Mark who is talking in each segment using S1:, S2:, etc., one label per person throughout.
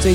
S1: 最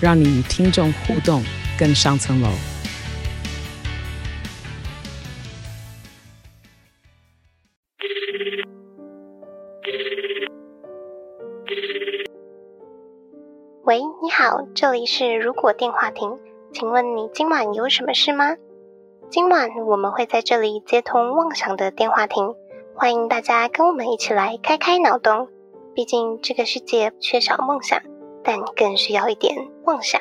S1: 让你与听众互动更上层楼。
S2: 喂，你好，这里是如果电话亭，请问你今晚有什么事吗？今晚我们会在这里接通妄想的电话亭，欢迎大家跟我们一起来开开脑洞。毕竟这个世界缺少梦想，但更需要一点妄想。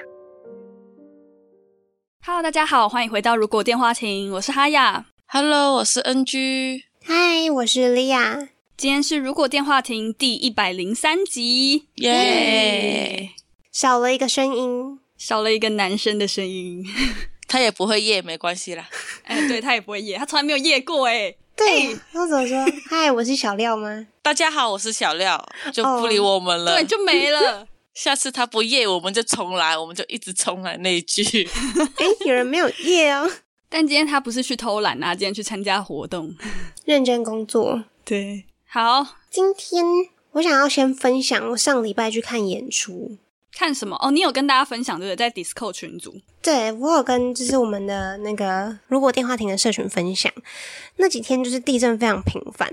S3: Hello，大家好，欢迎回到《如果电话亭》，我是哈雅。
S4: Hello，我是 NG。
S2: 嗨，我是莉亚。
S3: 今天是《如果电话亭》第一百零三集，
S4: 耶、
S2: 少了一个声音，
S3: 少了一个男生的声音。
S4: 他也不会夜，没关系啦。
S3: 哎，对他也不会夜，他从来没有夜过哎。
S2: 对，要怎么说？嗨，我是小廖吗？
S4: 大家好，我是小廖，就
S2: 哦
S4: 不理我们了。
S3: 对，就没了。
S4: 下次他不夜，我们就重来，我们就一直重来那一句。
S2: 哎，有人没有夜哦，
S3: 但今天他不是去偷懒啊，今天去参加活动。
S2: 认真工作。
S3: 对，好
S2: 今天我想要先分享我上礼拜去看演出，
S3: 看什么？哦，你有跟大家分享对不对？在 Disco 群组，
S2: 对我有跟就是我们的那个如果电话亭的社群分享，那几天就是地震非常频繁。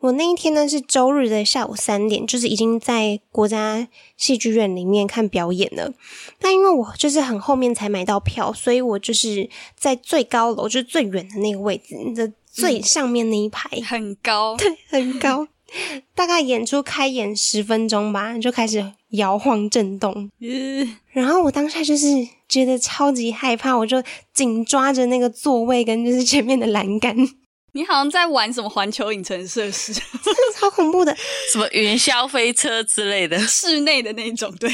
S2: 我那一天呢是周日的下午三点，就是已经在国家戏剧院里面看表演了。但因为我就是很后面才买到票，所以我就是在最高楼，就是最远的那个位置的最上面那一排，
S3: 很高，
S2: 很高。大概演出开演十分钟吧，就开始摇晃震动，
S3: 呃
S2: 然后我当下就是觉得超级害怕，我就紧抓着那个座位跟就是前面的栏杆，
S3: 你好像在玩什么环球影城设施，
S2: 超恐怖的。
S4: 什么云霄飞车之类的，
S3: 室内的那种，对，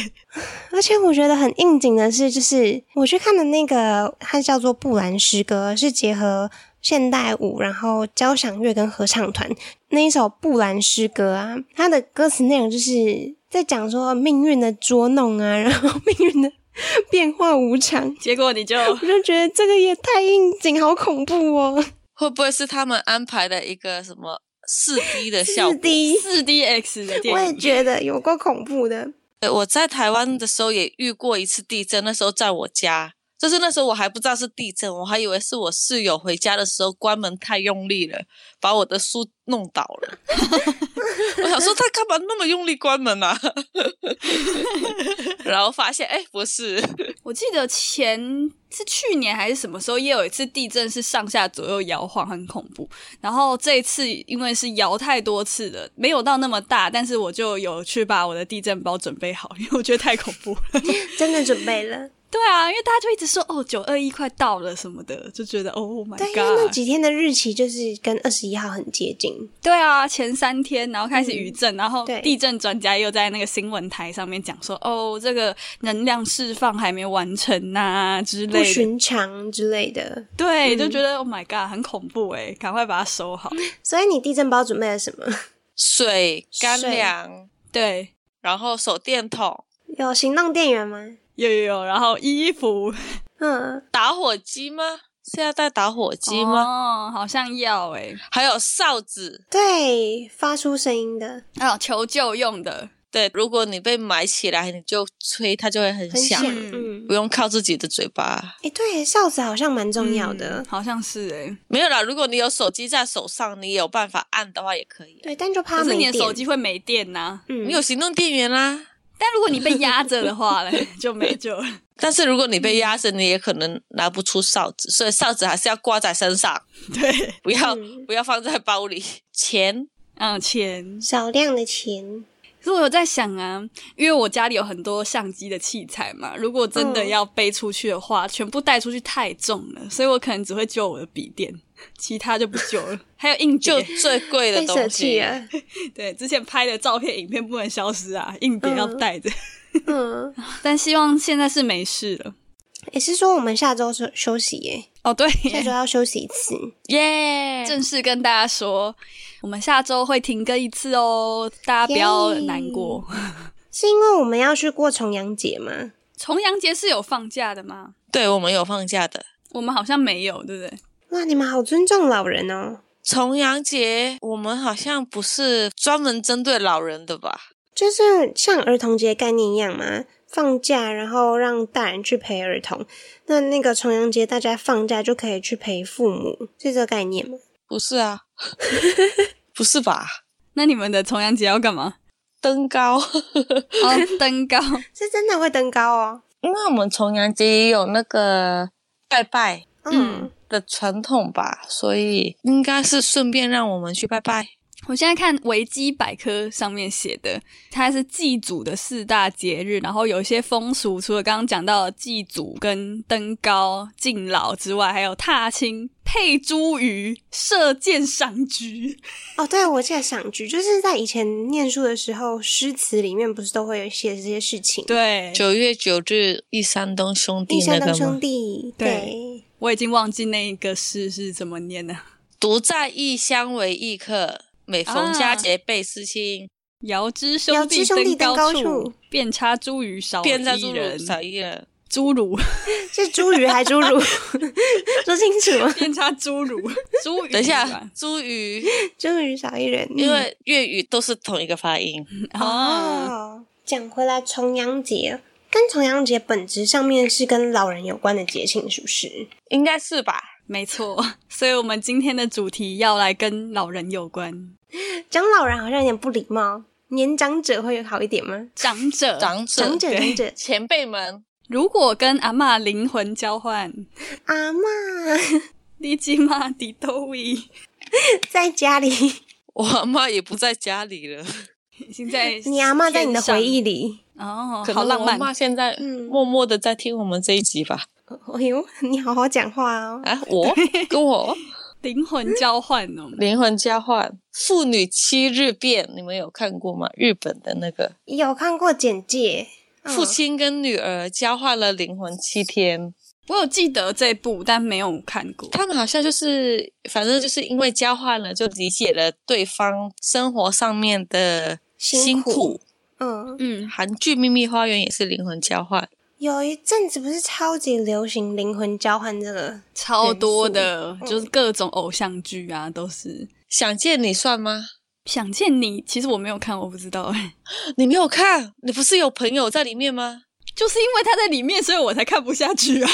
S2: 而且我觉得很应景的是，就是我去看的那个，它叫做布兰诗歌，是结合现代舞，然后交响乐跟合唱团那一首布兰诗歌啊，它的歌词内容就是在讲说命运的捉弄啊，然后命运的 变化无常。
S3: 结果你就
S2: 我就觉得这个也太应景，好恐怖哦！
S4: 会不会是他们安排的一个什么四 D 的效
S2: 四
S4: 果？
S2: D，
S3: 四 DX 的
S2: 我
S3: 电
S2: 也
S3: 影，
S2: 觉得有够恐 怖的。
S4: 对呃我在台湾的时候也遇过一次地震，那时候在我家，就是那时候我还不知道是地震，我还以为是我室友回家的时候关门太用力了，把我的书弄倒了。 我想说他干嘛那么用力关门啊？ 然后发现哎不是，
S3: 我记得前是去年还是什么时候，也有一次地震是上下左右摇晃，很恐怖。然后这一次因为是摇太多次了，没有到那么大，但是我就有去把我的地震包准备好，因为我觉得太恐怖了。
S2: 真的准备了。
S3: 对啊，因为大家就一直说哦九二一快到了什么的，就觉得 Oh my
S2: 对，因为那
S3: God。
S2: 几天的日期就是跟二十一号很接近。
S3: 对啊，前三天然后开始余震，然后
S2: 嗯对
S3: 地震专家又在那个新闻台上面讲说哦这个能量释放还没完成呐、之
S2: 不
S3: 类的。
S2: 寻常之类的，
S3: 对，就觉得 Oh my God，很恐怖哎，赶快把它收好。
S2: 所以你地震包准备了什么？
S4: 水干
S2: 水
S4: 粮，
S3: 对，
S4: 然后手电筒、
S2: 有行动电源吗？
S3: 有有有，然后衣服
S2: 嗯，
S4: 打火机吗？是要带打火机吗？
S3: 哦，好像要哎，
S4: 还有哨子。
S2: 对，发出声音的，
S3: 哦，求救用的，
S4: 对，如果你被埋起来，你就吹，它就会很
S2: 很
S4: 响，
S2: 响。
S3: 嗯
S2: 嗯，
S4: 不用靠自己的嘴巴。
S2: 哎、对，哨子好像蛮重要的。
S3: 嗯好像是哎。
S4: 没有啦，如果你有手机在手上，你有办法按的话也可以。啊
S2: 对，但就怕
S3: 可是
S2: 没
S3: 你的
S2: 电。
S3: 手机会没电呐、
S2: 嗯，
S4: 你有行动电源啊啦，
S3: 但如果你被压着的话嘞， 就没救了。
S4: 但是如果你被压着，你也可能拿不出哨子，所以哨子还是要挂在身上，
S3: 对，
S4: 不要、
S2: 嗯
S4: 不要放在包 里。钱
S3: 嗯，钱。
S2: 少量的钱，
S3: 可是我有在想啊，因为我家里有很多相机的器材嘛，如果真的
S2: 嗯
S3: 要背出去的话，全部带出去太重了，所以我可能只会救我的笔电，其他就不救了。还有硬碟
S4: 就最贵的
S2: 被舍
S4: 东
S2: 弃
S4: 西，
S2: 了。
S3: 对，之前拍的照片、影片不能消失啊，硬碟要带着。
S2: 嗯，
S3: 但希望现在是没事了。
S2: 也是说我们下周休休息 耶，
S3: 哦，对耶，
S2: 下周要休息一次。
S4: 耶
S3: 正式跟大家说，我们下周会停更一次哦，大家不要难过。
S2: 是因为我们要去过重阳节吗？
S3: 重阳节是有放假的吗？
S4: 对我们有放假的。
S3: 我们好像没有，对不对？
S2: 哇，你们好尊重老人哦！
S4: 重阳节我们好像不是专门针对老人的吧？
S2: 就是像儿童节概念一样嘛，放假然后让大人去陪儿童。那那个重阳节大家放假就可以去陪父母，是这个概念吗？
S4: 不是 啊，不是吧？
S3: 那你们的重阳节要干嘛？
S4: 登高。
S3: 哦，登高。
S2: 是真的会登高哦。
S4: 因为我们重阳节也有那个拜拜
S2: 嗯，
S4: 的传统吧，所以应该是顺便让我们去拜拜。
S3: 我现在看维基百科上面写的，它是祭祖的四大节日，然后有一些风俗，除了刚刚讲到的祭祖跟登高敬老之外，还有踏青、配茱萸、射箭、赏菊。
S2: 哦，对，我记得赏菊就是在以前念书的时候，诗词里面不是都会有写这些事情？，
S3: 对，
S4: 九月九日，一山东兄弟
S2: 立
S4: 那
S2: 山
S4: 个
S2: 当
S4: 吗
S2: 兄？弟，
S3: 对
S2: 对，
S3: 我已经忘记那一个诗是怎么念了。
S4: 独在异乡为异客，每逢佳
S3: 啊
S4: 节倍思亲。
S3: 遥知兄
S2: 遥
S3: 弟
S2: 知兄弟
S3: 登
S2: 登高
S3: 处
S2: 处，
S3: 遍插茱萸
S2: 啊
S3: 少
S4: 遍在
S3: 一
S4: 诸
S3: 人
S4: 如。少一人，
S3: 侏 儒，
S2: 是茱萸还茱萸？ 说清楚哦，
S3: 遍插侏儒，茱萸。
S4: 等一
S3: 啊
S4: 下，茱萸，
S2: 茱萸少一人，嗯
S4: 因为粤语都是同一个发音。
S3: 啊，
S2: 哦，讲回来，重阳节跟重阳节本质上面是跟老人有关的节庆，是不是？
S4: 应该是吧？
S3: 没错， 所以我们今天的主题要来跟老人有关，
S2: 讲老人好像有点不礼貌，年长者会好一点吗？
S3: 长者。
S4: 长者、
S2: 呃长者，嗯长者，
S4: 前辈们，
S3: 如果跟阿嬷灵魂交换，
S2: 阿嬷
S3: 你起码迪都位
S2: 在家 里，
S4: 我阿妈也不在家里了，
S3: 已经在
S2: 你阿嬷在你的
S3: 天上
S2: 回忆里。
S3: 哦，
S4: 可
S3: 好
S4: 能
S3: 浪
S4: 我阿
S3: 漫。
S4: 妈现在
S2: 嗯
S4: 默默的在听我们这一集吧。
S2: 哦呦，你好好讲话哦。
S4: 啊，我跟我
S3: 灵魂交换 哦，
S4: 灵魂交换，《妇女七日变》，你们有看过吗？日本的那个
S2: 有看过简介，嗯
S4: 父亲跟女儿交换了灵魂七天，
S3: 我有记得这部，但没有看过。
S4: 他们好像就是，反正就是因为交换了，就理解了对方生活上面的
S2: 辛
S4: 辛
S2: 苦
S4: 苦。
S2: 嗯，
S3: 嗯，
S4: 韩剧《秘密花园》也是灵魂交换，
S2: 有一阵子不是超级流行灵魂交换这个，
S3: 超多的，就是各种偶像剧啊，都是。
S4: 想见你算吗？
S3: 想见你，其实我没有看，我不知道哎、
S4: 你没有看，你不是有朋友在里面吗？
S3: 就是因为他在里面，所以我才看不下去啊，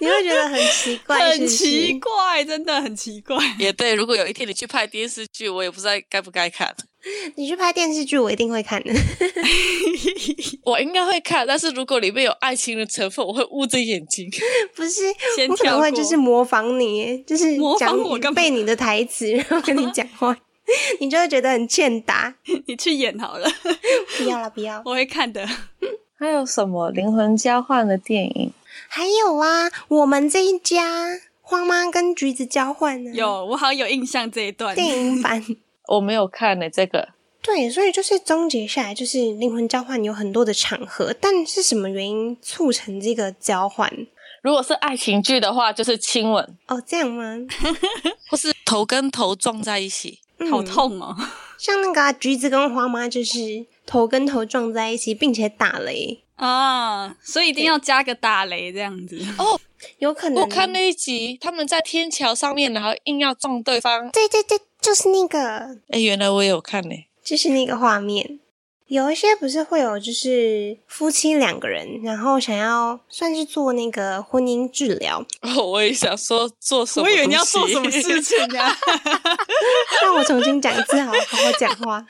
S2: 你会觉得很奇怪，是
S3: 很
S2: 不是
S3: 奇怪，真的很奇怪。
S4: 也对，如果有一天你去拍电视剧，我也不知道该不该看。
S2: 你去拍电视剧，我一定会看的。
S4: 我应该会看，但是如果里面有爱情的成分，我会捂着眼睛。
S2: 不是，
S3: 先
S2: 我可能
S3: 跳
S2: 会
S3: 过
S2: 就是模仿你耶，就是
S3: 模仿
S2: 讲
S3: 我干嘛
S2: 背你的台词， 然后跟你讲话， 你就会觉得很欠打。
S3: 你去演好了，
S2: 不要了，不要。
S3: 我会看的。
S4: 还有什么灵魂交换的电影？
S2: 还有啊，我们这一家花妈跟橘子交换呢、啊
S3: 有，我好像有印象这一段。
S2: 电 影版。
S4: 我没有看呢、这个
S2: 对，所以就是终结下来，就是灵魂交换有很多的场合，但是什么原因促成这个交换？
S4: 如果是爱情剧的话，就是亲吻，
S2: 哦，这样吗？
S4: 或是头跟头撞在一起。
S2: 嗯
S3: 好痛哦！
S2: 像那个啊、橘子跟花妈就是头跟头撞在一起，并且打雷，
S3: 啊，所以一定要加个打雷这样子。
S2: 有可
S4: 嗯
S2: 能。
S4: 我看那一集，他们在天桥上面，然后硬要撞对方。
S2: 对对对，就是那个，
S4: 哎，原来我也有看呢、
S2: 就是那个画面。有一些不是会有，就是夫妻两个人，然后想要算是做那个婚姻治疗。
S4: 哦，我也想说做什
S3: 我
S4: 么东
S3: 以
S4: 西？
S3: 为你要做什么事 情啊？
S2: 让我重新讲一次，好好好讲 话。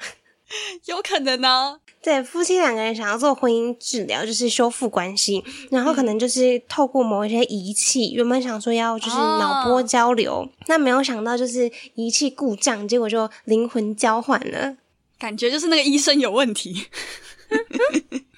S3: 有可能哦呢、
S2: 对，夫妻两个人想要做婚姻治疗，就是修复关系，然后可能就是透过某一些仪器，原本想说要就是脑波交流，那没有想到就是仪器故障，结果就灵魂交换了。
S3: 感觉就是那个医生有问题。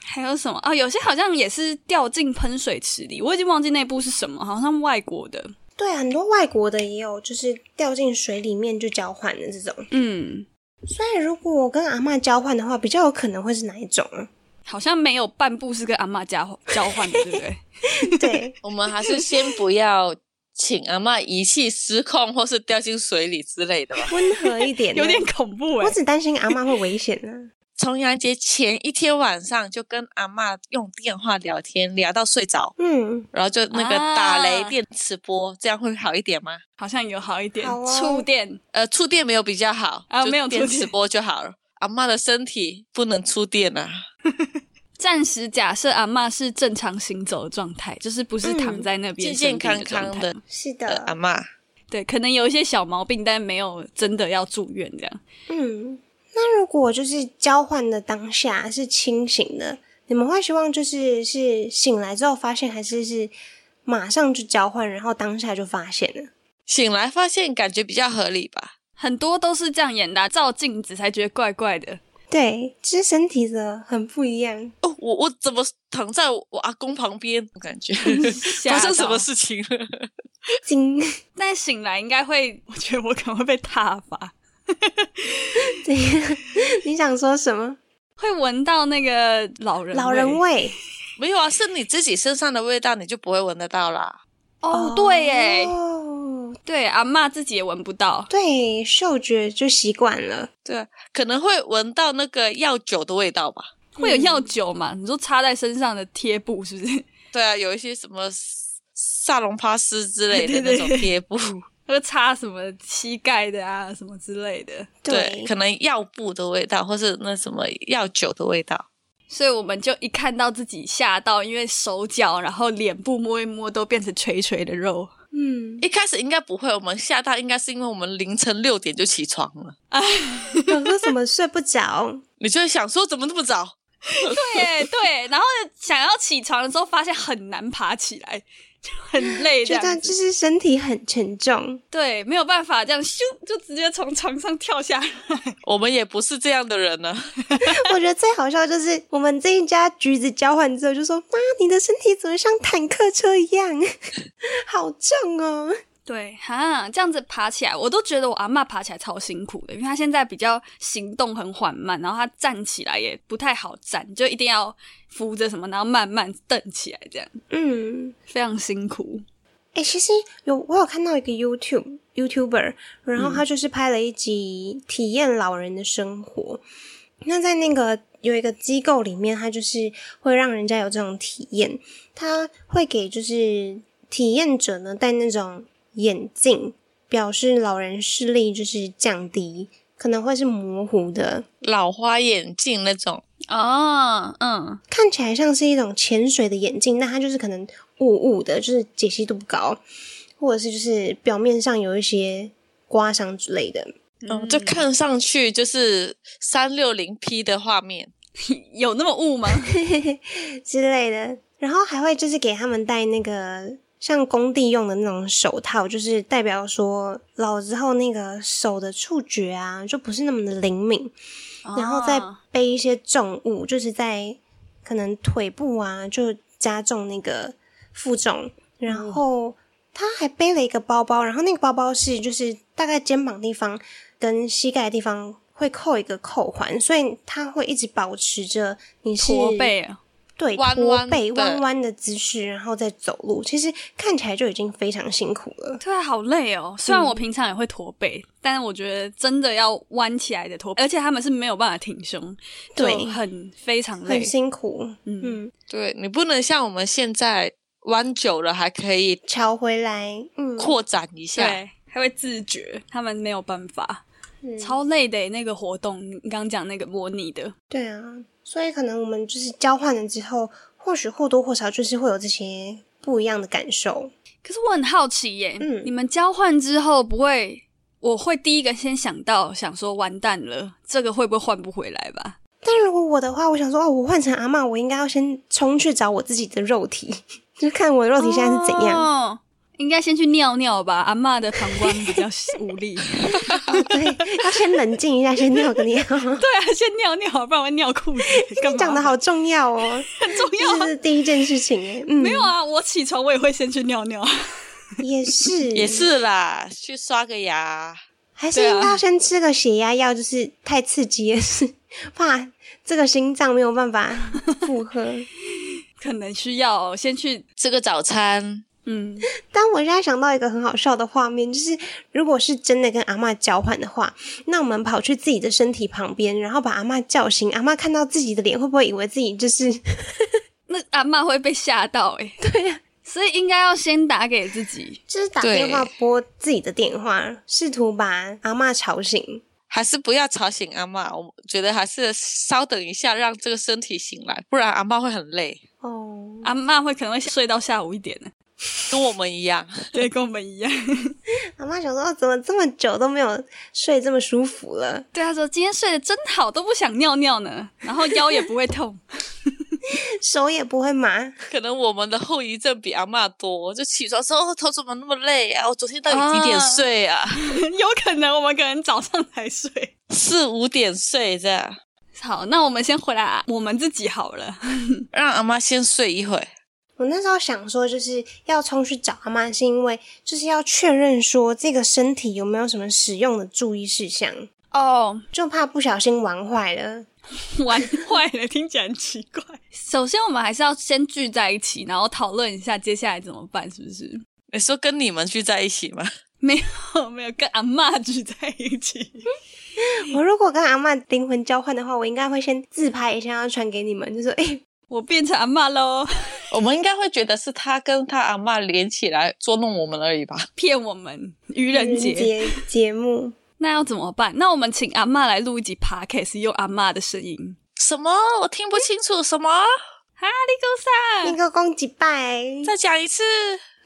S3: 还有什么啊、有些好像也是掉进喷水池里，我已经忘记那部是什么，好像外国的。
S2: 对，很多外国的也有，就是掉进水里面就交换的这种。
S3: 嗯，
S2: 所以如果我跟阿嬷交换的话，比较有可能会是哪一种啊？
S3: 好像没有半部是跟阿嬷交交换的，对不 对？
S2: 对，
S4: 我们还是先不要请阿嬷仪器失控或是掉进水里之类的吧。
S2: 温和一点，
S3: 有点。恐怖哎、
S2: 我只担心阿妈会危险呢、
S4: 重阳节前一天晚上就跟阿嬷用电话聊天，聊到睡着，
S2: 嗯，
S4: 然后就那个打雷
S3: 啊
S4: 电磁波，这样会好一点吗？
S3: 好像有好一点，
S2: 好哦
S3: 触电
S4: 呃，触电没有比较好
S3: 啊
S4: 就
S3: 没有触
S4: 电
S3: 电
S4: 磁波就好了。阿嬷的身体不能触电啊，
S3: 暂时假设阿嬷是正常行走的状态，就是不是躺在那边、
S4: 健健康康的
S3: 的。
S2: 是
S4: 呃阿
S2: 的，
S4: 嬷。
S3: 对，可能有一些小毛病，但没有真的要住院这样。
S2: 嗯。那如果就是交换的当下是清醒的，你们会希望就是是醒来之后发现，还是是马上就交换，然后当下就发现了？
S4: 醒来发现感觉比较合理吧？
S3: 很多都是这样演的啊、照镜子才觉得怪怪的。
S2: 对，其实身体的很不一样。
S4: 哦，我我怎么躺在我阿公旁边？我感觉
S3: 吓
S4: 发生什
S3: 到
S4: 么事情了？
S2: 惊，
S3: 但醒来应该会，我觉得我可能会被踏伐，
S2: 怎样？你想说什么？
S3: 会闻到那个老人
S2: 老人
S3: 味。
S2: 味
S4: 没有啊，是你自己身上的味道，你就不会闻得到啦。
S3: 哦，对耶，
S2: 哦，
S3: 对，阿嬷自己也闻不到。
S2: 对，嗅觉就习惯了。
S4: 对啊，可能会闻到那个药酒的味道吧。
S3: 会有药酒嘛？你说插在身上的贴布是不是？
S4: 对啊，有一些什么萨隆帕斯之类
S3: 对
S4: 的
S3: 对
S4: 那种贴布，
S3: 会插什么膝盖的啊，什么之类的。
S2: 对，
S4: 可能药布的味道，或是那什么药酒的味道。
S3: 所以我们就一看到自己吓到，因为手脚然后脸部摸一摸都变成垂垂的肉。
S2: 嗯，
S4: 一开始应该不会，我们吓到应该是因为我们凌晨六点就起床了，
S2: 有时候怎么睡不 着？
S4: 你就会想说怎么那么早？
S3: 对对，然后想要起床的时候发现很难爬起来，就很累这
S2: 觉得
S3: 样
S2: 就
S3: 子。
S2: 是身体很沉重。
S3: 对，没有办法这样咻就直接从床上跳下来。
S4: 我们也不是这样的人啊呢、
S2: 我觉得最好笑的就是我们这一家橘子交换之后，就说：“妈，你的身体怎么像坦克车一样， 好重哦
S3: 对，哈，这样子爬起来，我都觉得我阿嬷爬起来超辛苦的，因为她现在比较行动很缓慢，然后她站起来也不太好站，就一定要扶着什么，然后慢慢蹬起来，这样！”
S2: 嗯，
S3: 非常辛苦。
S2: 哎、其实有我有看到一个 YouTube YouTuber，然后他就是拍了一集体验老人的生活。那在那个有一个机构里面，他就是会让人家有这种体验，他会给就是体验者呢戴那种眼镜，表示老人视力就是降低，可能会是模糊的，
S4: 老花眼镜那种，
S3: 哦，嗯，
S2: 看起来像是一种潜水的眼镜，但它就是可能雾雾的，就是解析度不高，或者是就是表面上有一些刮伤之类的。
S4: 嗯，就看上去就是三六零 P 的画面。
S3: 有那么雾吗？
S2: 之类的。然后还会就是给他们戴那个像工地用的那种手套，就是代表说老之后那个手的触觉啊，就不是那么的灵敏。 然后再
S3: 哦
S2: 背一些重物，就是在可能腿部啊，就加重那个负重。
S3: 嗯
S2: 然后他还背了一个包包，然后那个包包是就是大概肩膀地方跟膝盖的地方会扣一个扣环，所以它会一直保持着你是
S3: 驼背啊，
S2: 对
S4: 弯
S2: 驼
S4: 弯
S2: 背
S4: 的
S2: 弯弯的姿势，然后再走路，其实看起来就已经非常辛苦了。
S3: 对啊，好累哦。虽然我
S2: 嗯
S3: 平常也会驼背，但是我觉得真的要弯起来的驼背，而且他们是没有办法挺胸，
S2: 对
S3: 就很非常累
S2: 很。辛苦，
S3: 嗯，
S2: 嗯，
S4: 对你不能像我们现在弯久了还可以
S2: 瞧回来，嗯，
S4: 扩展一下，
S3: 对，还会自觉，他们没有办法。
S2: 嗯
S3: 超累的耶欸那个活动，你刚刚讲那个模拟的，
S2: 对啊，所以可能我们就是交换了之后，或许或多或少就是会有这些不一样的感受。
S3: 可是我很好奇耶，
S2: 嗯
S3: 你们交换之后不会，我会第一个先想到想说完蛋了，这个会不会换不回来吧？
S2: 但如果我的话，我想说，哦，我换成阿嬷，我应该要先冲去找我自己的肉体，就看我的肉体现在是怎样。
S3: 哦应该先去尿尿吧，阿嬷的膀胱比较无力。 对
S2: 对，要先冷静一下，先尿 个尿。
S3: 啊，先尿尿，不然会尿裤子。干嘛
S2: 讲的好重要哦，
S3: 很重要
S2: 这
S3: 啊，
S2: 是第一件事情哎。嗯，
S3: 没有啊，我起床我也会先去尿尿。
S2: 也是
S4: 也，是啦，去刷个牙。
S2: 还是
S3: 对啊
S2: 应该要先吃个血压药，就是太刺激也是，怕这个心脏没有办法负荷。
S3: 可能需要先去，
S4: 吃个早餐，
S3: 嗯，
S2: 但我现在想到一个很好笑的画面，就是如果是真的跟阿嬷交换的话，那我们跑去自己的身体旁边，然后把阿嬷叫醒，阿嬷看到自己的脸，会不会以为自己就是
S3: 那阿嬷会被吓到哎、
S2: 对呀、
S3: 所以应该要先打给自己。
S2: 就是打
S4: 对
S2: 电话拨自己的电话，试图把阿嬷吵醒？
S4: 还是不要吵醒阿嬷，我觉得还是稍等一下，让这个身体醒来，不然阿嬷会很累，
S2: 哦，
S3: 阿嬷会可能会睡到下午一 点呢，
S4: 跟我们一样。
S3: 对，跟我们一样。
S2: 阿嬷想说，哦，怎么这么久都没有睡这么舒服了？
S3: 对，他说今天睡得真好，都不想尿尿呢，然后腰也不会痛。
S2: 手也不会麻，
S4: 可能我们的后遗症比阿嬷多，就起床说：“哦，头怎么那么累啊？我昨天到底几点
S3: 啊
S4: 睡啊？
S3: 有可能我们可能早上才睡。
S4: 四五点睡这样，
S3: 好，那我们先回来啊我们自己好了。
S4: 让阿妈先睡一会。
S2: 我那时候想说，就是要冲去找阿妈，是因为就是要确认说这个身体有没有什么使用的注意事项，
S3: 哦，
S2: 就怕不小心玩坏了。
S3: 玩坏了，听起来很奇怪。 首先，我们还是要先聚在一起，然后讨论一下接下来怎么办，是不是？
S4: 你说跟你们聚在一起吗？
S3: 没有，没有跟阿嬷聚在一起。
S2: 我如果跟阿妈灵魂交换的话，我应该会先自拍一下，要传给你们，就说：“哎、
S3: 我变成阿嬷喽，
S4: 我们应该会觉得是他跟他阿嬷连起来捉弄我们而已吧？
S3: 骗我们愚人节。
S2: 节节目。
S3: 那要怎么办？那我们请阿嬷来录一集 podcast，用阿嬷的声音。
S4: 什么？我听不清楚什么？
S3: 哈利
S2: 那
S3: 沟萨，
S2: 个攻击拜，
S4: 再讲一次。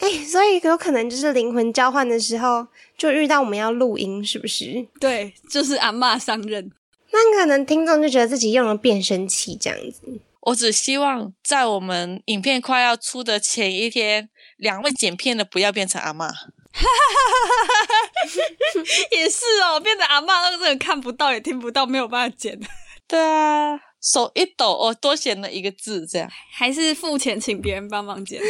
S2: 哎、所以有可能就是灵魂交换的时候，就遇到我们要录音，是不是？
S3: 对，就是阿嬷上任。
S2: 那可能听众就觉得自己用了变声器这样子，
S4: 我只希望在我们影片快要出的前一天，两位剪片的不要变成阿嬷。
S3: 也是哦，变成阿嬷，那个人看不到也听不到，没有办法剪。
S4: 对啊，手一抖，哦，多写了一个字，这样
S3: 还是付钱请别人帮忙剪？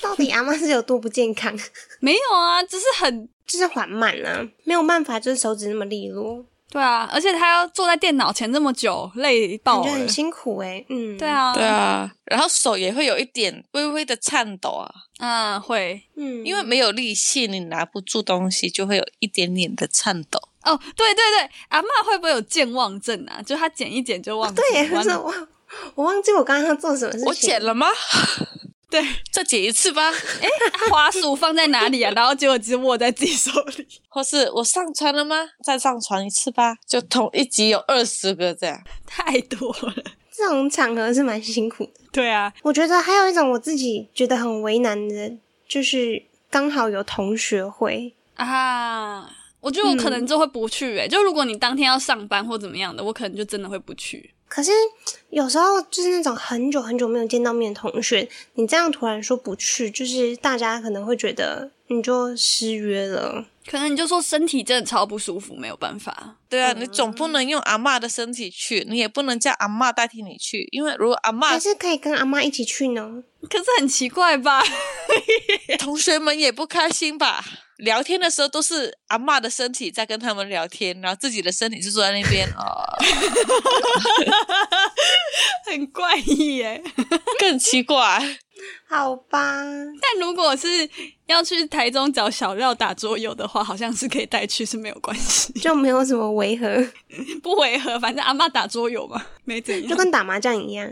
S2: 到底阿妈是有多不健康？
S3: 没有啊，只是很
S2: 就是缓慢啊，没有办法，就是手指那么利落，
S3: 对啊，而且他要坐在电脑前这么久，累
S2: 感
S3: 爆
S2: 觉
S3: 了
S2: 很。辛苦哎、嗯，
S3: 对，啊，
S4: 对，啊，然后手也会有一点微微的颤抖啊，
S3: 嗯，会
S2: 嗯，
S4: 因为没有力气，你拿不住东西，就会有一点点的颤抖。
S3: 哦，对对对，阿嬷会不会有健忘症啊？就她剪一剪就忘记，
S2: 哦啊对，
S3: 完
S2: 就是
S3: 了
S2: 我我忘记我刚刚要做什么事情，
S4: 我剪了吗？
S3: 对，
S4: 再剪一次 吧，
S3: 花束放在哪里啊？然后结果只握在自己手里。
S4: 或是我上传了吗？再上传一次吧，就同一集有二十个这样。
S3: 太多了。
S2: 这种场合是蛮辛苦的。
S3: 对啊，
S2: 我觉得还有一种我自己觉得很为难的，就是刚好有同学会，
S3: 啊，我觉得我可
S2: 嗯
S3: 能就会不去、欸。就如果你当天要上班或怎么样的，我可能就真的会不去。
S2: 可是有时候就是那种很久很久没有见到面的同学，你这样突然说不去，就是大家可能会觉得你就失约了。
S3: 可能你就说身体真的超不舒服，没有办法。
S4: 对啊，你总不能用阿嬷的身体去，你也不能叫阿嬷代替你去，因为如果阿
S2: 还
S4: 嬷
S2: 是可以跟阿妈一起去呢。
S3: 可是很奇怪吧？
S4: 同学们也不开心吧？聊天的时候都是阿嬷的身体在跟他们聊天，然后自己的身体就坐在那边，哦，
S3: 很怪异耶、
S4: 更奇怪。
S2: 好吧，
S3: 但如果是要去台中找小廖打桌游的话，好像是可以带去，是没有关系，
S2: 就没有什么违和，
S3: 不违和。反正阿妈打桌游嘛， 没怎
S2: 就
S3: 样。
S2: 跟打麻将一样。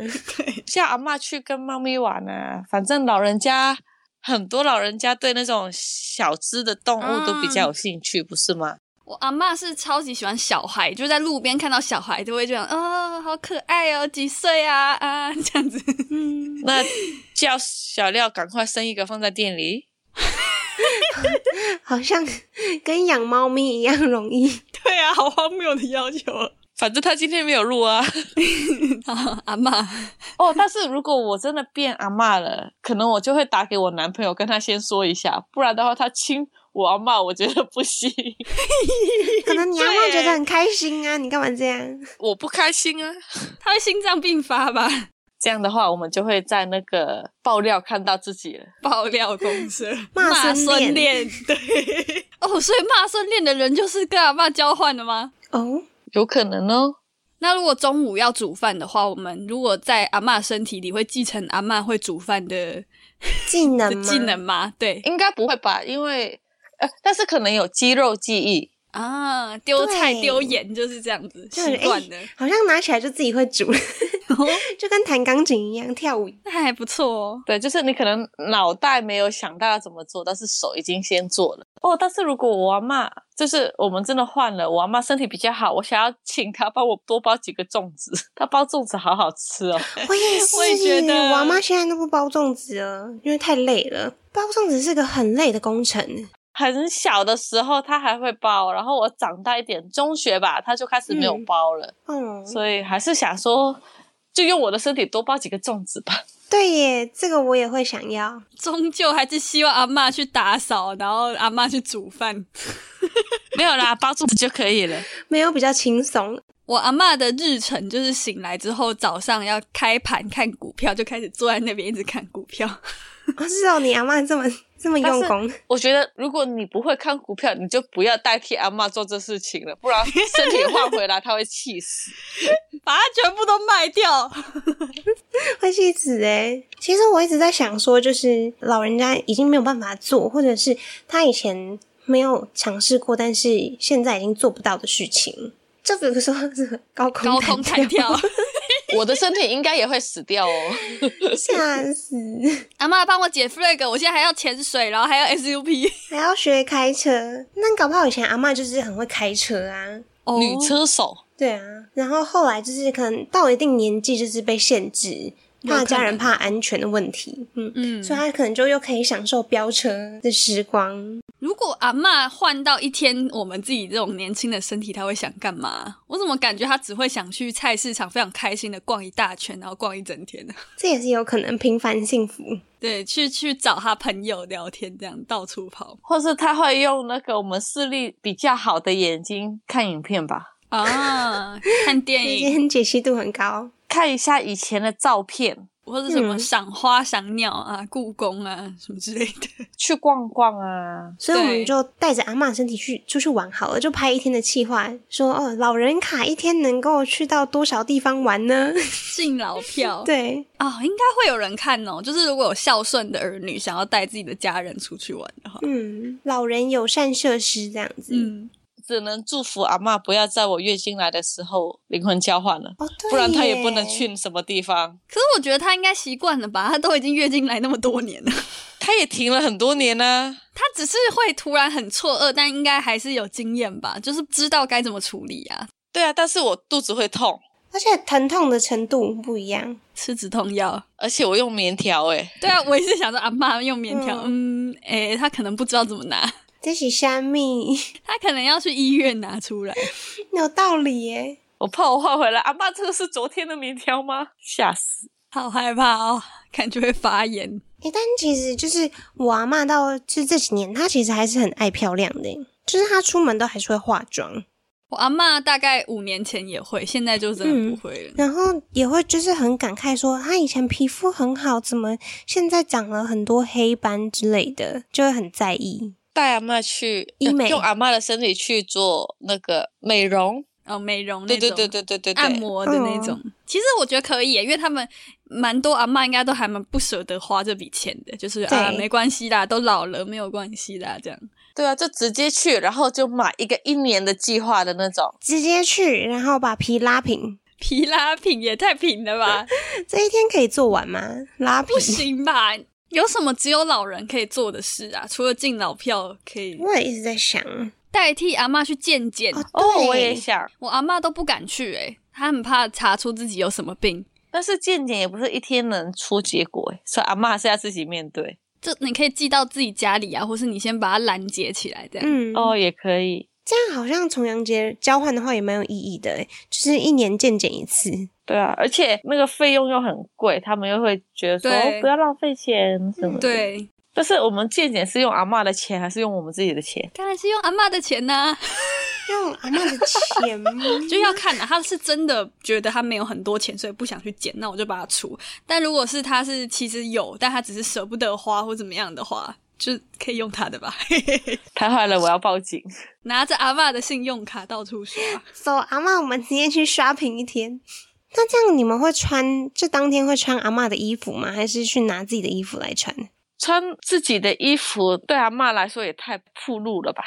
S4: 叫阿嬷去跟猫咪玩啊，反正老人家很多老人家对那种小只的动物都比较有兴趣，不是吗？
S3: 我阿妈是超级喜欢小孩，就在路边看到小孩就会这样，啊、好可爱哦，几岁啊啊这样子。
S2: 嗯，
S4: 那叫小廖赶快生一个放在店里。
S2: 好像跟养猫咪一样容易。
S3: 对啊，好荒谬的要求啊！
S4: 反正他今天没有录啊。
S3: 阿妈，
S4: 哦，但是如果我真的变阿嬷了，可能我就会打给我男朋友，跟他先说一下，不然的话他亲我阿嬷，我觉得不行，
S2: 可能你阿妈
S3: 对
S2: 觉得很开心啊，你干嘛这样？
S4: 我不开心啊。
S3: 他会心脏病发吧？
S4: 这样的话，我们就会在那个爆料看到自己了。
S3: 爆料公社，
S2: 骂孙
S3: 孙恋， 对。哦，所以骂孙恋的人就是跟阿妈交换的吗？
S2: 哦，
S4: 有可能哦。
S3: 那如果中午要煮饭的话，我们如果在阿嬷身体里会继承阿嬷会煮饭的
S2: 技能
S3: 的
S2: 吗
S3: 技能吗？对
S4: 应该不会吧？因为呃，但是可能有肌肉记忆，
S3: 啊，丢菜
S2: 对
S3: 丢盐就是这样子
S2: 就感
S3: 习
S2: 觉
S3: 惯的，
S2: 诶好像拿起来就自己会煮，
S3: 哦
S2: 就跟弹钢琴一样跳 舞。
S3: 那还不错哦。
S4: 对，就是你可能脑袋没有想到要怎么做，但是手已经先做了。哦，但是如果我阿妈就是我们真的换了，我阿妈身体比较好，我想要请她帮我多包几个粽子，她包粽子好好吃哦。
S2: 我也是，
S3: 我也觉得
S2: 我阿妈现在都不包粽子了，因为太累了。包粽子是个很累的工程，
S4: 很小的时候她还会包，然后我长大一点，中学吧，她就开始没有
S2: 嗯
S4: 包了，
S2: 哦，
S4: 所以还是想说，就用我的身体多包几个粽子吧。
S2: 对耶，这个我也会想要。
S3: 终究还是希望阿嬷去打扫，然后阿嬷去煮饭。
S4: 没有啦，包粽子就可以了。
S2: 没有比较轻松，
S3: 我阿嬷的日程就是醒来之后早上要开盘看股票，就开始坐在那边一直看股票。
S2: 哦，是哦，你阿妈这么这么用功，
S4: 我觉得如果你不会看股票，你就不要代替阿嬷做这事情了，不然身体换回来，她会气死。
S3: 把它全部都卖掉。
S2: 会气死哎！其实我一直在想说，就是老人家已经没有办法做，或者是他以前没有尝试过，但是现在已经做不到的事情。就比如说这个高空
S3: 高空弹跳，
S4: 我的身体应该也会死掉哦。
S2: 吓死！
S3: 阿妈帮我解 flag，我现在还要潜水，然后还要 SUP。
S2: 还要学开车，那搞不好以前阿嬷就是很会开车啊。
S3: 哦
S4: 女车手，
S2: 对啊，然后后来就是可能到一定年纪，就是被限制，
S3: 有可
S2: 怕
S3: 能
S2: 家人怕安全的问题，嗯，
S3: 嗯，
S2: 所以他可能就又可以享受飙车的时光。
S3: 如果阿妈换到一天我们自己这种年轻的身体，她会想干嘛？我怎么感觉她只会想去菜市场，非常开心的逛一大圈，然后逛一整天呢？
S2: 这也是有可能平凡幸福。
S3: 对，去去找她朋友聊天，这样到处跑
S4: 或是她会用那个我们视力比较好的眼睛看影片吧，
S3: 啊，看电
S2: 时
S3: 影
S2: 间解析度很高，
S4: 看一下以前的照片，
S3: 或者什么
S2: 嗯
S3: 赏花、赏鸟啊、故宫啊什么之类的。
S4: 去逛逛啊。
S2: 所以我
S3: 对
S2: 们就带着阿嬷身体去出去玩好了，就拍一天的计划，说哦，老人卡一天能够去到多少地方玩呢？
S3: 敬老票
S2: 对，
S3: 啊、应该会有人看哦。就是如果有孝顺的儿女想要带自己的家人出去玩的话，
S2: 嗯，老人友善设施这样子。
S3: 嗯，
S4: 只能祝福阿嬷不要在我月经来的时候灵魂交换了，
S2: 哦，对，
S4: 不然她也不能。去什么地方。
S3: 可是我觉得他应该习惯了吧？他都已经月经来那么多年了，
S4: 她也停了很多年啊呢、
S3: 他只是会突然很错愕，但应该还是有经验吧，就是知道该怎么处理啊。
S4: 对啊，但是我肚子会痛，
S2: 而且疼痛的程度不一样，
S3: 吃止痛药，
S4: 而且我用棉条哎诶、
S3: 对啊，我也是想说阿妈用棉条，嗯，诶、他可能不知道怎么拿，
S2: 这是虾米，
S3: 他可能要去医院拿出来。
S2: 有道理耶。
S4: 我怕我换回来，阿妈，这个是昨天的棉条吗？吓死！
S3: 好害怕哦， 感觉会发炎。
S2: 诶、但其实就是我阿嬷到是这几年，她其实还是很爱漂亮的耶，就是她出门都还是会化妆，
S3: 我阿妈大概五年前也会，现在就真的不会了。
S4: 嗯
S2: 然后也会就是很感慨说，她以前皮肤很好，怎么现在长了很多黑斑之类的，就会很在意。
S4: 带阿妈去呃
S2: 医美
S4: 用阿妈的身体去做那个美容，
S3: 哦，美容那
S4: 对
S3: 种
S4: 对对对嗯对对对，
S3: 按摩的那种。其实我觉得可以耶，因为他们蛮多阿嬷应该都还蛮不舍得花这笔钱的，就是啊，
S2: 对
S3: 没关系啦，都老了没有关系啦，这样。
S4: 对啊，就直接去，然后就买一个一年的计划的那种。
S2: 直接去，然后把皮拉平，
S3: 皮拉平也太平了吧，
S2: 这一天可以做完吗？拉皮
S3: 不行吧？有什么只有老人可以做的事啊？除了敬老票可以
S2: 我也一直在想，哦，
S3: 代替阿嬷去健检，
S4: 哦，
S2: 对
S4: 我也想，
S3: 我阿嬷都不敢去诶，她很怕查出自己有什么病。
S4: 但是健检也不是一天能出结果诶，所以阿妈还是要自己面对。
S3: 这你可以寄到自己家里啊，或是你先把它拦截起来，这样。
S2: 嗯，
S4: 哦，也可以，
S2: 这样好像重阳节交换的话也蛮有意义的欸，就是一年见检一次。
S4: 对啊，而且那个费用又很贵，他们又会觉得说、
S3: 对嗯
S4: 哦不要浪费钱什么的。，
S3: 对，
S4: 但是我们健检是用阿妈的钱，还是用我们自己的钱？
S3: 当然是用阿嬷的钱呐、
S2: 用阿嬷的钱吗？
S3: 就要看啊，他是真的觉得他没有很多钱，所以不想去捡，那我就把它出。但如果是他是其实有，但他只是舍不得花或怎么样的话，就可以用他的吧，
S4: 太坏了，我要报警。
S3: 拿着阿嬷的信用卡到处刷。
S2: 走，阿嬷，我们直接去 shopping 一天。那这样你们会穿，就当天会穿阿嬷的衣服吗？还是去拿自己的衣服来穿？
S4: 穿自己的衣服对阿嬷来说也太暴露了吧？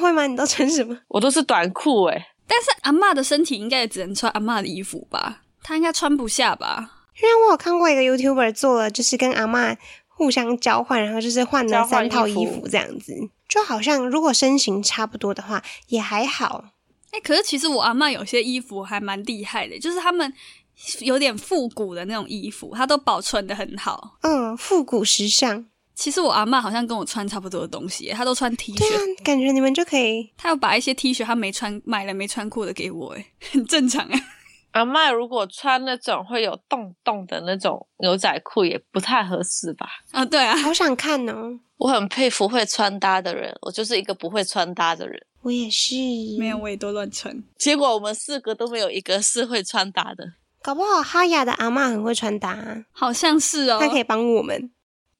S2: 会吗？你都穿什么？
S4: 我都是短裤欸诶、
S3: 但是阿嬷的身体应该也只能穿阿嬷的衣服吧？她应该穿不下吧？
S2: 因为我有看过一个 YouTuber 做了，就是跟阿嬷互相交换，然后就是换了
S4: 交换
S2: 三套
S4: 衣服
S2: 衣服这样子，就好像如果身形差不多的话，也还好。
S3: 哎、可是其实我阿嬷有些衣服还蛮厉害的，就是他们有点复古的那种衣服，她都保存的很好。
S2: 嗯，复古时尚，
S3: 其实我阿嬷好像跟我穿差不多的东西耶，她都穿 T
S2: 对
S3: 恤，
S2: 啊，感觉你们就可以。
S3: 她有把一些 T 恤她没穿买了没穿过的给我，哎，很 正常哎。
S4: 阿嬷如果穿那种会有洞洞的那种牛仔裤也不太合适吧？
S3: 啊，对啊，
S2: 好想看哦，
S4: 我很佩服会穿搭的人，我就是一个不会穿搭的人。
S2: 我也是。
S3: 没有，我也都乱穿。
S4: 结果我们四个都没有一个是会穿搭的，
S2: 搞不好哈雅的阿嬷很会穿搭啊，
S3: 好像是哦
S2: 她，可以帮我们。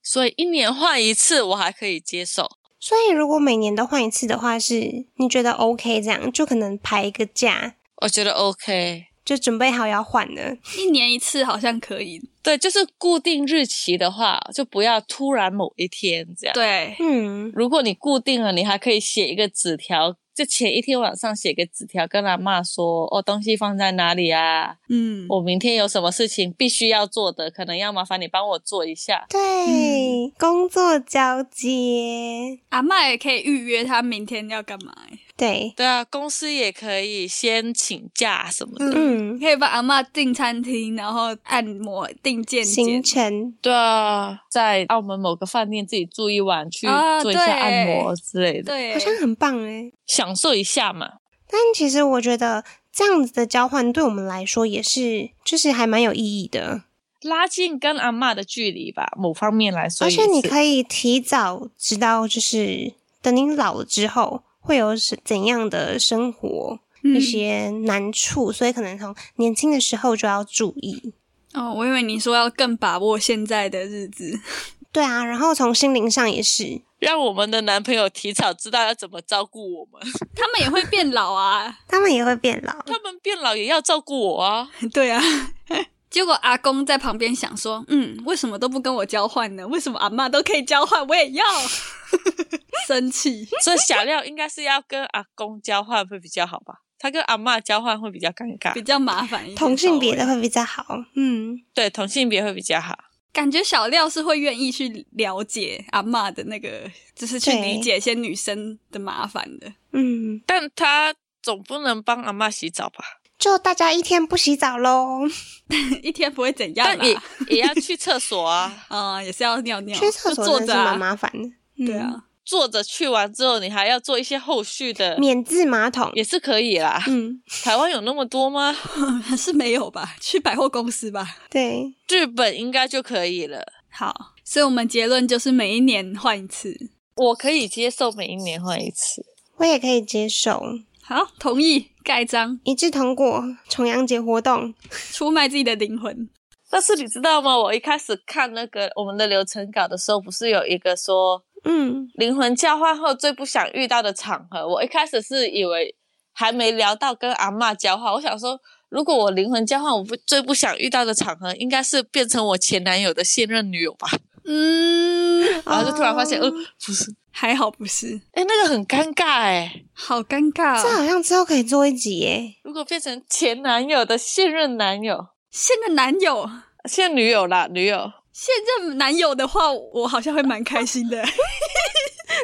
S4: 所以一年换一次我还可以接受。
S2: 所以如果每年都换一次的话是，你觉得 OK 这样，就可能排一个假，
S4: 我觉得 OK，
S2: 就准备好要换了。
S3: 一年一次好像可以。
S4: 对，就是固定日期的话，就不要突然某一天这样。
S3: 对，
S2: 嗯，
S4: 如果你固定了，你还可以写一个纸条，就前一天晚上写个纸条跟阿妈说，哦，东西放在哪里啊？
S3: 嗯，
S4: 我明天有什么事情必须要做的，可能要麻烦你帮我做一下。
S2: 对，工作交接，
S3: 阿嬷也可以预约她明天要干嘛、欸，
S2: 对，
S4: 对啊，公司也可以先请假什么的。
S3: 你
S2: 嗯，
S3: 可以帮阿嬷订餐厅，然后按摩、订健检。
S2: 行程，
S4: 对啊，在澳门某个饭店自己住一晚，去
S3: 啊
S4: 做一下
S3: 对
S4: 按摩之类的，
S3: 对
S2: 好，像很棒诶。
S4: 享受一下嘛。
S2: 但其实我觉得这样子的交换对我们来说也是，就是还蛮有意义的。
S4: 拉近跟阿嬷的距离吧，某方面来说也
S2: 而
S4: 是。
S2: 且你可以提早知道，就是等你老了之后会有是怎样的生活、
S3: 嗯
S2: 一些难处，所以可能从年轻的时候就要注意。
S3: 哦，我以为你说要更把握现在的日子，
S2: 对啊，然后从心灵上也是，
S4: 让我们的男朋友提早知道要怎么照顾我们，
S3: 他们也会变老啊。
S2: 他们也会变老。
S4: 他们变老也要照顾我啊。
S3: 对啊。 结果阿公在旁边想说：“嗯，为什么都不跟我交换呢？为什么阿嬷都可以交换，我也要？” 生气。
S4: 所以小廖应该是要跟阿公交换会比较好吧？他跟阿嬷交换会比较尴尬
S3: 比，较麻烦一点。
S2: 同性别
S3: 稍
S2: 的
S3: 微，
S2: 会比较好，嗯，
S4: 对同性别会比较好。
S3: 感觉小廖是会愿意去了解阿嬷的那个，就是去
S2: 对
S3: 理解一些女生的麻烦的。
S2: 嗯，
S4: 但他总不能帮阿嬷洗澡吧？
S2: 就大家一天不洗澡喽，
S3: 一天不会怎样
S4: 但也
S3: 啦。
S4: 也要去厕所啊。
S3: 啊、也是要尿尿，
S2: 去厕
S3: 就
S2: 所
S3: 坐
S2: 真的
S3: 着啊
S2: 是蛮麻烦的。嗯
S3: 对，啊，
S4: 坐着去完之后，你还要做一些后续 的，
S2: 免治马桶，
S4: 也是可以啦。
S2: 嗯，
S4: 台湾有那么多吗？
S3: 是没有吧？去百货公司吧。
S2: 对，
S4: 日本应该就可以了。
S3: 好，所以我们结论就是每一年换一次。
S4: 我可以接受每一年换一次。
S2: 我也可以接受，
S3: 好，同意盖章，
S2: 一致通过重阳节活动，
S3: 出卖自己的灵魂。
S4: 但是你知道吗？我一开始看那个我们的流程稿的时候，不是有一个说
S2: 嗯，
S4: 灵魂交换后最不想遇到的场合？我一开始是以为还没聊到跟阿嬷交换，我想说，如果我灵魂交换，我不最不想遇到的场合应该是变成我前男友的现任女友吧。
S3: 嗯，
S4: 然后就突然发现，
S2: 哦
S4: 呃，不是，
S3: 还好不是，
S4: 哎，那个很尴尬哎。
S3: 好尴尬、
S2: 这
S3: 哦。
S2: 好像之后可以做一集耶。
S4: 如果变成前男友的现任男友、
S3: 现任男友，
S4: 现女友啦，女友，
S3: 现任男友的话，我好像会蛮开心 的。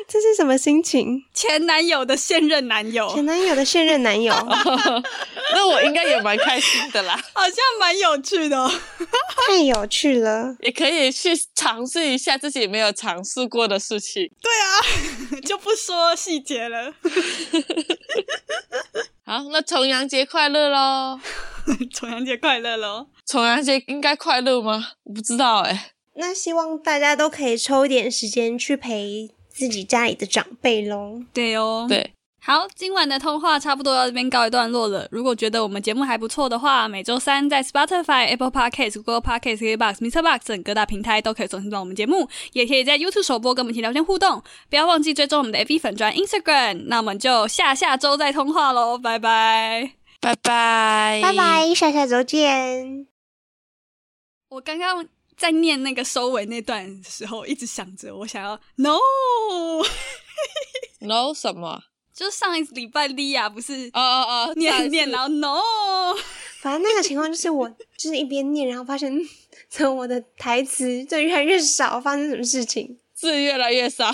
S2: 这是什么心情？
S3: 前男友的现任男友，
S2: 前男友的现任 男友，
S4: 那我应该也蛮开心的啦。
S3: 好像蛮有趣的、哦。
S2: 太有趣了。
S4: 也可以去尝试一下自己没有尝试过的事情。
S3: 就不说细节了。
S4: 好，那重阳节快乐喽！
S3: 重阳节快乐喽！
S4: 重阳节应该快乐吗？我不知道哎、
S2: 那希望大家都可以抽一点时间去陪自己家里的长辈喽。
S3: 对哦，
S4: 对，
S3: 好，今晚的通话差不多到这边告一段落了。如果觉得我们节目还不错的话，每周三在 Spotify、Apple Podcasts、Google Podcasts、KBox、Mr. Box 等各大平台都可以重新到我们节目，也可以在 YouTube 首播跟我们一起聊天互动。不要忘记追踪我们的 FB 粉专 Instagram。那我们就下下周再通话喽，拜拜。
S4: 拜
S3: 哎
S4: 拜，
S2: 拜。拜，下下周见。
S3: 我刚刚在念那个收尾那段的时候，一直想着我想要 No，
S4: No 什么？
S3: 就是上一礼拜莉亚不是
S4: 哦哦哦，再一次
S3: 念念然后 No。
S2: 反正那个情况就是我就是一边念，然后发现 嗯怎么我的台词就越来越少，发生什么事情？
S4: 字越来越少。